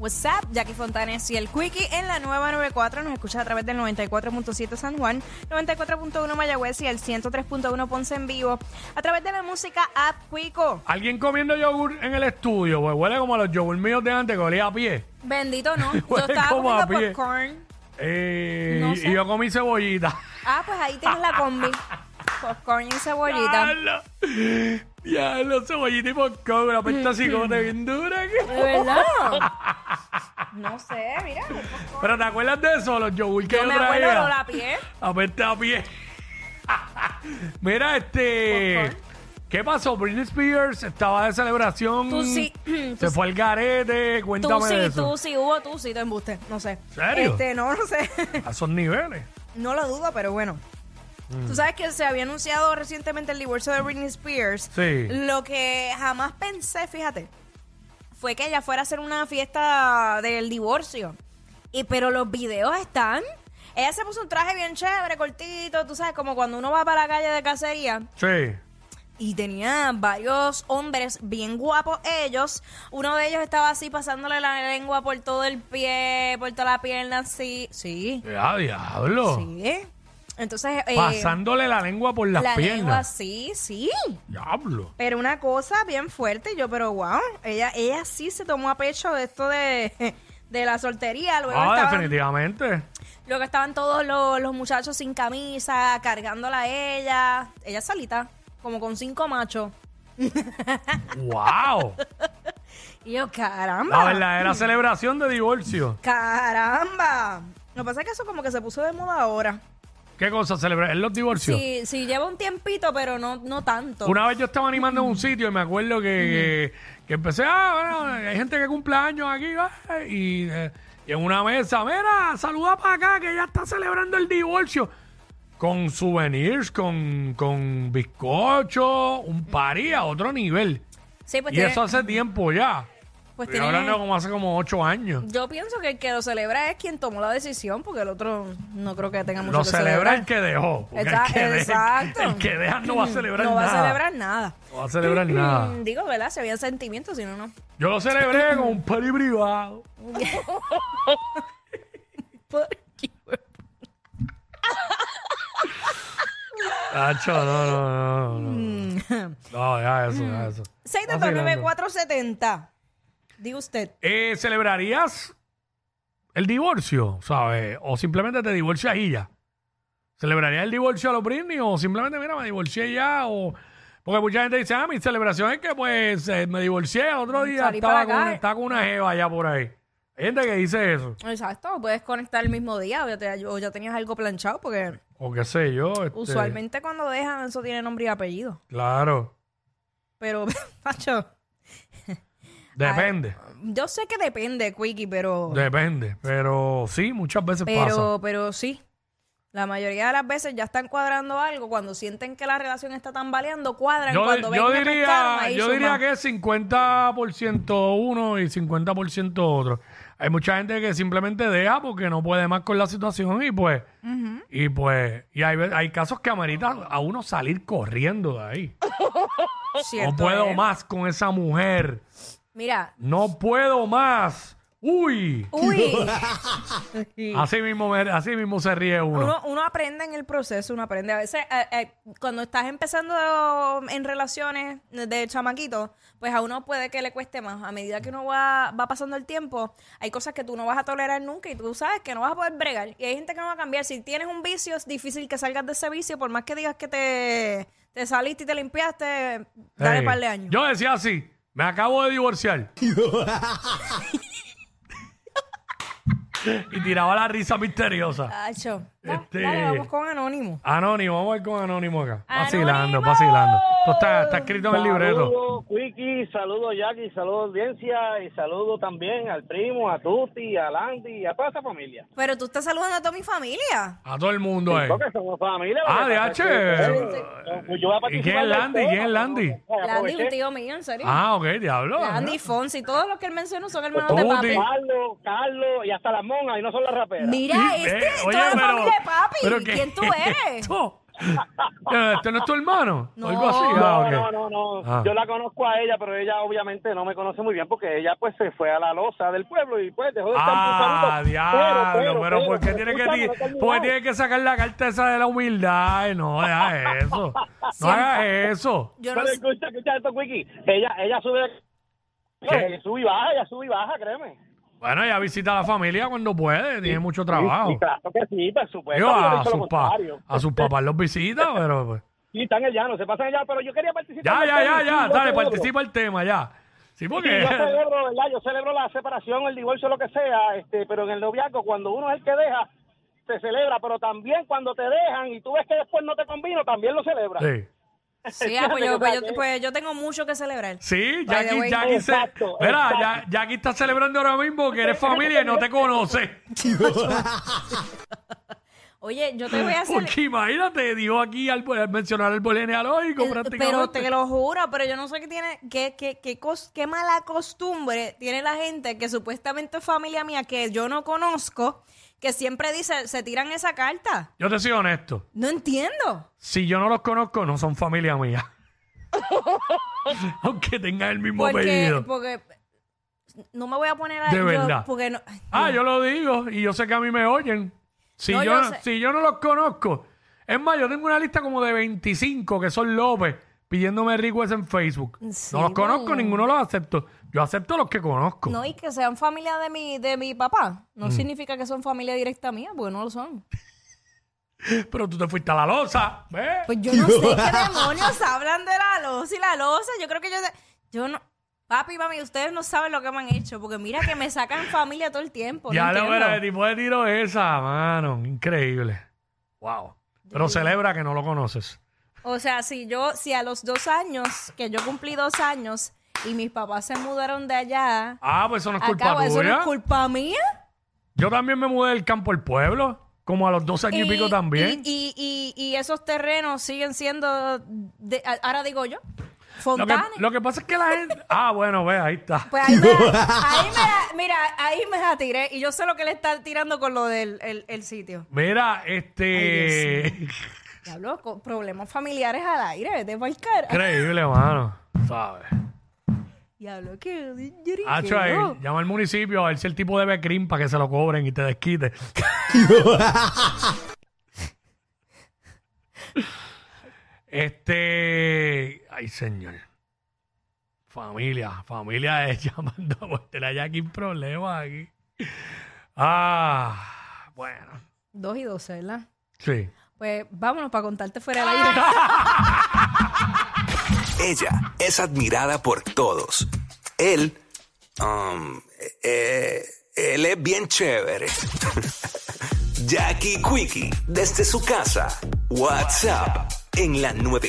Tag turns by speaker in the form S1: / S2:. S1: WhatsApp, Jackie Fontanes y el Quickie en la nueva 94. Nos escuchas a través del 94.7 San Juan, 94.1 Mayagüez y el 103.1 Ponce en vivo. A través de la música App Quico.
S2: Alguien comiendo yogur en el estudio, pues huele como a los yogur míos de antes que olía a pie.
S1: Bendito, ¿no? Yo
S2: Huele
S1: estaba
S2: como a
S1: comiendo
S2: pie.
S1: popcorn.
S2: Eh,
S1: No
S2: y-
S1: sé.
S2: Y yo comí cebollita.
S1: Ah, pues ahí tienes la combi. Popcorn y cebollita.
S2: Diablo. Diablo, cebollita y popcorn, una pesta así como de bien dura. que-
S1: ¿De verdad? No sé, mira.
S2: Pero ¿te acuerdas de eso? Los yogur que
S1: Yo
S2: yo
S1: me acuerdo de la
S2: traía.
S1: piel.
S2: Apesta a pie. Mira, este.
S1: Popcorn.
S2: ¿Qué pasó? Britney Spears estaba de celebración.
S1: Tú sí-
S2: Se fue al garete. Cuéntame
S1: Tú
S2: de
S1: sí,
S2: eso.
S1: tú sí, hubo tú sí, te embuste. No sé.
S2: ¿Serio?
S1: Este, no, no sé.
S2: A esos niveles.
S1: No lo dudo, pero bueno. Tú sabes que se había anunciado recientemente el divorcio de Britney Spears.
S2: Sí.
S1: Lo que jamás pensé, fíjate, fue que ella fuera a hacer una fiesta del divorcio. Y pero los videos están. Ella se puso un traje bien chévere, cortito, tú sabes, como cuando uno va para la calle de cacería
S2: Sí.
S1: y tenía varios hombres bien guapos ellos. Uno de ellos estaba así pasándole la lengua por todo el pie, por toda la pierna, así. Sí,
S2: Ah, diablo.
S1: sí. Entonces, eh,
S2: Pasándole la lengua por las
S1: la lengua,
S2: piernas.
S1: sí, sí.
S2: Diablo.
S1: Pero una cosa bien fuerte, yo, pero wow, ella, ella sí se tomó a pecho de esto de, de la soltería. Luego,
S2: Ah,
S1: estaban,
S2: definitivamente.
S1: luego estaban todos los, los muchachos sin camisa, cargándola a ella. Ella solita, como con cinco machos.
S2: ¡Wow!
S1: Y yo, caramba.
S2: La verdadera celebración de divorcio.
S1: Caramba. Lo que pasa es que eso como que se puso de moda ahora.
S2: ¿Qué cosa celebrar? ¿Es los divorcios?
S1: Sí, sí, lleva un tiempito, pero no, no tanto.
S2: Una vez yo estaba animando en un sitio y me acuerdo que, que- que empecé, ah, bueno, hay gente que cumple años aquí, va", y, eh, y en una mesa, mira, saluda para acá que ya está celebrando el divorcio. Con souvenirs, con, con bizcocho, un parí a otro nivel.
S1: Sí, pues
S2: y
S1: tiene-
S2: eso hace tiempo ya.
S1: pues
S2: Estoy
S1: tiene-
S2: hablando como hace como ocho años.
S1: Yo pienso que el que lo celebra es quien tomó la decisión, porque el otro no creo que tenga mucho
S2: Lo
S1: que
S2: celebra el
S1: celebrar.
S2: que dejó. porque
S1: Exa-
S2: el que deja-
S1: exacto.
S2: el que deja no va a celebrar
S1: No va
S2: nada. Ah.
S1: a celebrar nada.
S2: No va a celebrar nada.
S1: Mm, Digo, ¿verdad? Si había sentimientos, si no, no.
S2: Yo lo celebré con un party privado. Nacho, no, no, no, no.
S1: Mm.
S2: No, ya eso, ya eso.
S1: 629-470. Diga usted.
S2: Eh, ¿Celebrarías el divorcio, sabes? O simplemente te divorcias y ya. ¿Celebrarías el divorcio a los Britney o simplemente, mira, me divorcié y ya? O... Porque mucha gente dice, ah, mi celebración es que pues eh, me divorcié, el otro día
S1: Salí
S2: estaba
S1: para
S2: con,
S1: acá.
S2: una- estaba con una jeva allá por ahí. Hay gente que dice eso.
S1: Exacto, puedes conectar el mismo día o ya, te- o ya tenías algo planchado, porque
S2: O qué sé yo. este,
S1: usualmente cuando dejan eso tiene nombre y apellido.
S2: Claro.
S1: Pero, macho,
S2: Depende.
S1: yo sé que depende, Quickie, pero,
S2: Depende. Pero sí, muchas veces pasa.
S1: pero, pero sí. La mayoría de las veces ya están cuadrando algo. Cuando sienten que la relación está tambaleando, cuadran.
S2: Yo,
S1: cuando
S2: yo
S1: ven que pescaron,
S2: diría,
S1: ahí
S2: yo
S1: suman.
S2: diría que es 50% uno y 50% otro. Hay mucha gente que simplemente deja porque no puede más con la situación y pues, y pues, y hay, ve- hay casos que amerita a uno salir corriendo de ahí.
S1: Cierto
S2: no puedo
S1: es.
S2: más con esa mujer.
S1: Mira,
S2: No puedo más. Uy.
S1: uy,
S2: Así mismo, me- así mismo se ríe uno.
S1: uno, uno aprende en el proceso, uno aprende. A veces, eh, eh, cuando estás empezando en relaciones de chamaquito, pues a uno puede que le cueste más. A medida que uno va, va pasando el tiempo, hay cosas que tú no vas a tolerar nunca y tú sabes que no vas a poder bregar. Y hay gente que no va a cambiar. Si tienes un vicio, es difícil que salgas de ese vicio, por más que digas que te, te saliste y te limpiaste, dale
S2: Ey.
S1: par de años.
S2: Yo decía así, me acabo de divorciar. y tiraba la risa misteriosa.
S1: Tacho. Va,
S2: Este-
S1: dale, vamos con Anónimo.
S2: Anónimo, vamos a ir con Anónimo acá.
S1: ¡Anónimo!
S2: Vacilando, vacilando. Esto está, está escrito en el libreto.
S3: Saludos, Quiki, saludos, Jackie, saludos, audiencia, y saludo también al primo, a Tuti, a Landy y a toda esa familia.
S1: Pero tú estás saludando a toda mi familia.
S2: A todo el mundo ahí.
S3: Porque somos familia.
S2: Ah,
S3: lo que
S2: DH.
S3: pasa es que, eh, pues yo voy a
S2: ¿Y
S3: participar
S2: quién es
S3: del
S2: Landy?
S3: tema,
S2: ¿Quién es
S3: ¿no? Eh,
S2: Landy?
S1: Landy es un
S3: Aproveché.
S1: tío mío, en serio.
S2: Ah, ok, diablo.
S1: Landy Fonsi, todos los que él mencionó son hermanos
S2: Tuti.
S1: de papi.
S3: Carlos, Carlos y hasta las monas, y no son las raperas.
S1: Mira,
S2: Eh,
S1: este, toda
S2: oye,
S1: la
S2: pero-
S1: familia de papi.
S2: pero ¿qué
S1: ¿Quién tú
S2: es
S1: eres?
S2: esto? Eh, ¿Este no es tu hermano?
S1: No.
S2: Algo así. Ah,
S3: No,
S2: ok.
S3: no, no, no.
S2: Ah.
S3: Yo la conozco a ella, pero ella obviamente no me conoce muy bien porque ella pues se fue a la loza del pueblo y pues dejó de estar
S2: Ah,
S3: pulsando.
S2: diablo, pero ¿por qué
S3: pero,
S2: tiene que,
S3: escúchame, no he
S2: ti-
S3: terminado.
S2: por qué tiene que sacar la carta esa de la humildad? Ay, no, deja eso. No
S1: Siempre.
S2: hagas eso.
S1: Yo no
S3: Pero
S1: sé.
S3: escucha, escucha esto, Wiki. Ella, ella sube,
S2: ¿Qué?
S3: ella sube y baja, ella sube y baja, créeme.
S2: Bueno, ella visita a la familia cuando puede, tiene mucho
S3: Sí,
S2: trabajo.
S3: claro que sí, por supuesto.
S2: Digo,
S3: yo he
S2: a,
S3: dicho lo
S2: sus pa-
S3: contrario.
S2: a sus papás los visita, pero... pues,
S3: Sí, están allá, no se pasan allá, pero yo quería participar.
S2: Ya,
S3: en
S2: ya,
S3: el
S2: ya,
S3: tema,
S2: ya,
S3: sí, yo
S2: dale,
S3: celebro.
S2: participa el tema, ya. Sí,
S3: Sí, yo
S2: porque...
S3: celebro, ¿verdad? Yo celebro la separación, el divorcio, lo que sea, este, pero en el noviazgo, cuando uno es el que deja, se celebra, pero también cuando te dejan y tú ves que después no te convino, también lo celebra.
S2: Sí.
S1: Sí, ah, pues, yo, pues, yo,
S3: Fíjate.
S1: pues yo tengo mucho que celebrar. By
S2: Sí,
S1: the
S2: Jackie,
S1: way.
S2: Jackie se-
S3: Exacto,
S2: Mira,
S3: exacto.
S2: Ya, Jackie está celebrando ahora mismo que eres familia y no te conoce.
S1: Oye, yo te voy a hacer...
S2: Porque imagínate, dio aquí al, al mencionar el genealógico prácticamente.
S1: Eh, Pero te lo juro, pero yo no sé qué tiene, qué, qué, qué, cos- qué mala costumbre tiene la gente que supuestamente es familia mía, que yo no conozco, que siempre dice, se tiran esa carta.
S2: Yo te soy honesto.
S1: No entiendo.
S2: Si yo no los conozco, no son familia mía. Aunque tengan el mismo
S1: Porque,
S2: apellido.
S1: porque no me voy a poner a
S2: De
S1: yo-
S2: verdad.
S1: Porque no,
S2: Ah, yo lo digo y yo sé que a mí me oyen. Si,
S1: No,
S2: yo,
S1: yo sé.
S2: si yo no los conozco. Es más, yo tengo una lista como de 25 que son López pidiéndome requests en Facebook.
S1: Sí,
S2: no los conozco,
S1: bueno.
S2: ninguno los acepto. Yo acepto los que conozco.
S1: no, y que sean familia de mi, de mi papá, no
S2: Mm.
S1: significa que son familia directa mía, porque no lo son.
S2: Pero tú te fuiste a la loza. ¿ves?
S1: Pues yo no sé qué demonios hablan de la loza y la loza. Yo creo que yo. Yo no. Papi, mami, ustedes no saben lo que me han hecho. Porque mira que me sacan familia todo el tiempo. no
S2: ya lo
S1: entiendo.
S2: verás, el tipo de tiro es esa, mano. Increíble. Wow. Pero celebra que no lo conoces.
S1: O sea, si yo, si a los dos años, que yo cumplí dos años, y mis papás se mudaron de allá,
S2: Ah, pues eso no es culpa
S1: acabo, eso
S2: tuya.
S1: no es culpa mía.
S2: Yo también me mudé del campo al pueblo, como a los dos años y, pico también.
S1: Y, y- y- y esos terrenos siguen siendo, de- a- ahora digo yo,
S2: lo, que,
S1: fontanes.
S2: lo que pasa es que la gente. Ah, bueno, ve, ahí está.
S1: Pues ahí me, ahí me la- mira, ahí me la tiré y yo sé lo que le está tirando con lo del el, el sitio.
S2: Mira, este.
S1: Diablo, con problemas familiares al aire, de Valcara.
S2: Increíble, mano. ¿Sabes?
S1: Diablo, que
S2: Hacho ahí, Ah, llama al municipio a ver si el tipo debe crim para que se lo cobren y te desquite. este. Ay, señor. Familia, familia es llamando pues te la Jackie problemas aquí. Ah, bueno.
S1: Dos y dos, ¿verdad?
S2: Sí.
S1: Pues vámonos para contarte fuera del aire.
S4: Ella es admirada por todos. Él, um, eh, él es bien chévere. Jackie Quickie, desde su casa. WhatsApp, en la 9.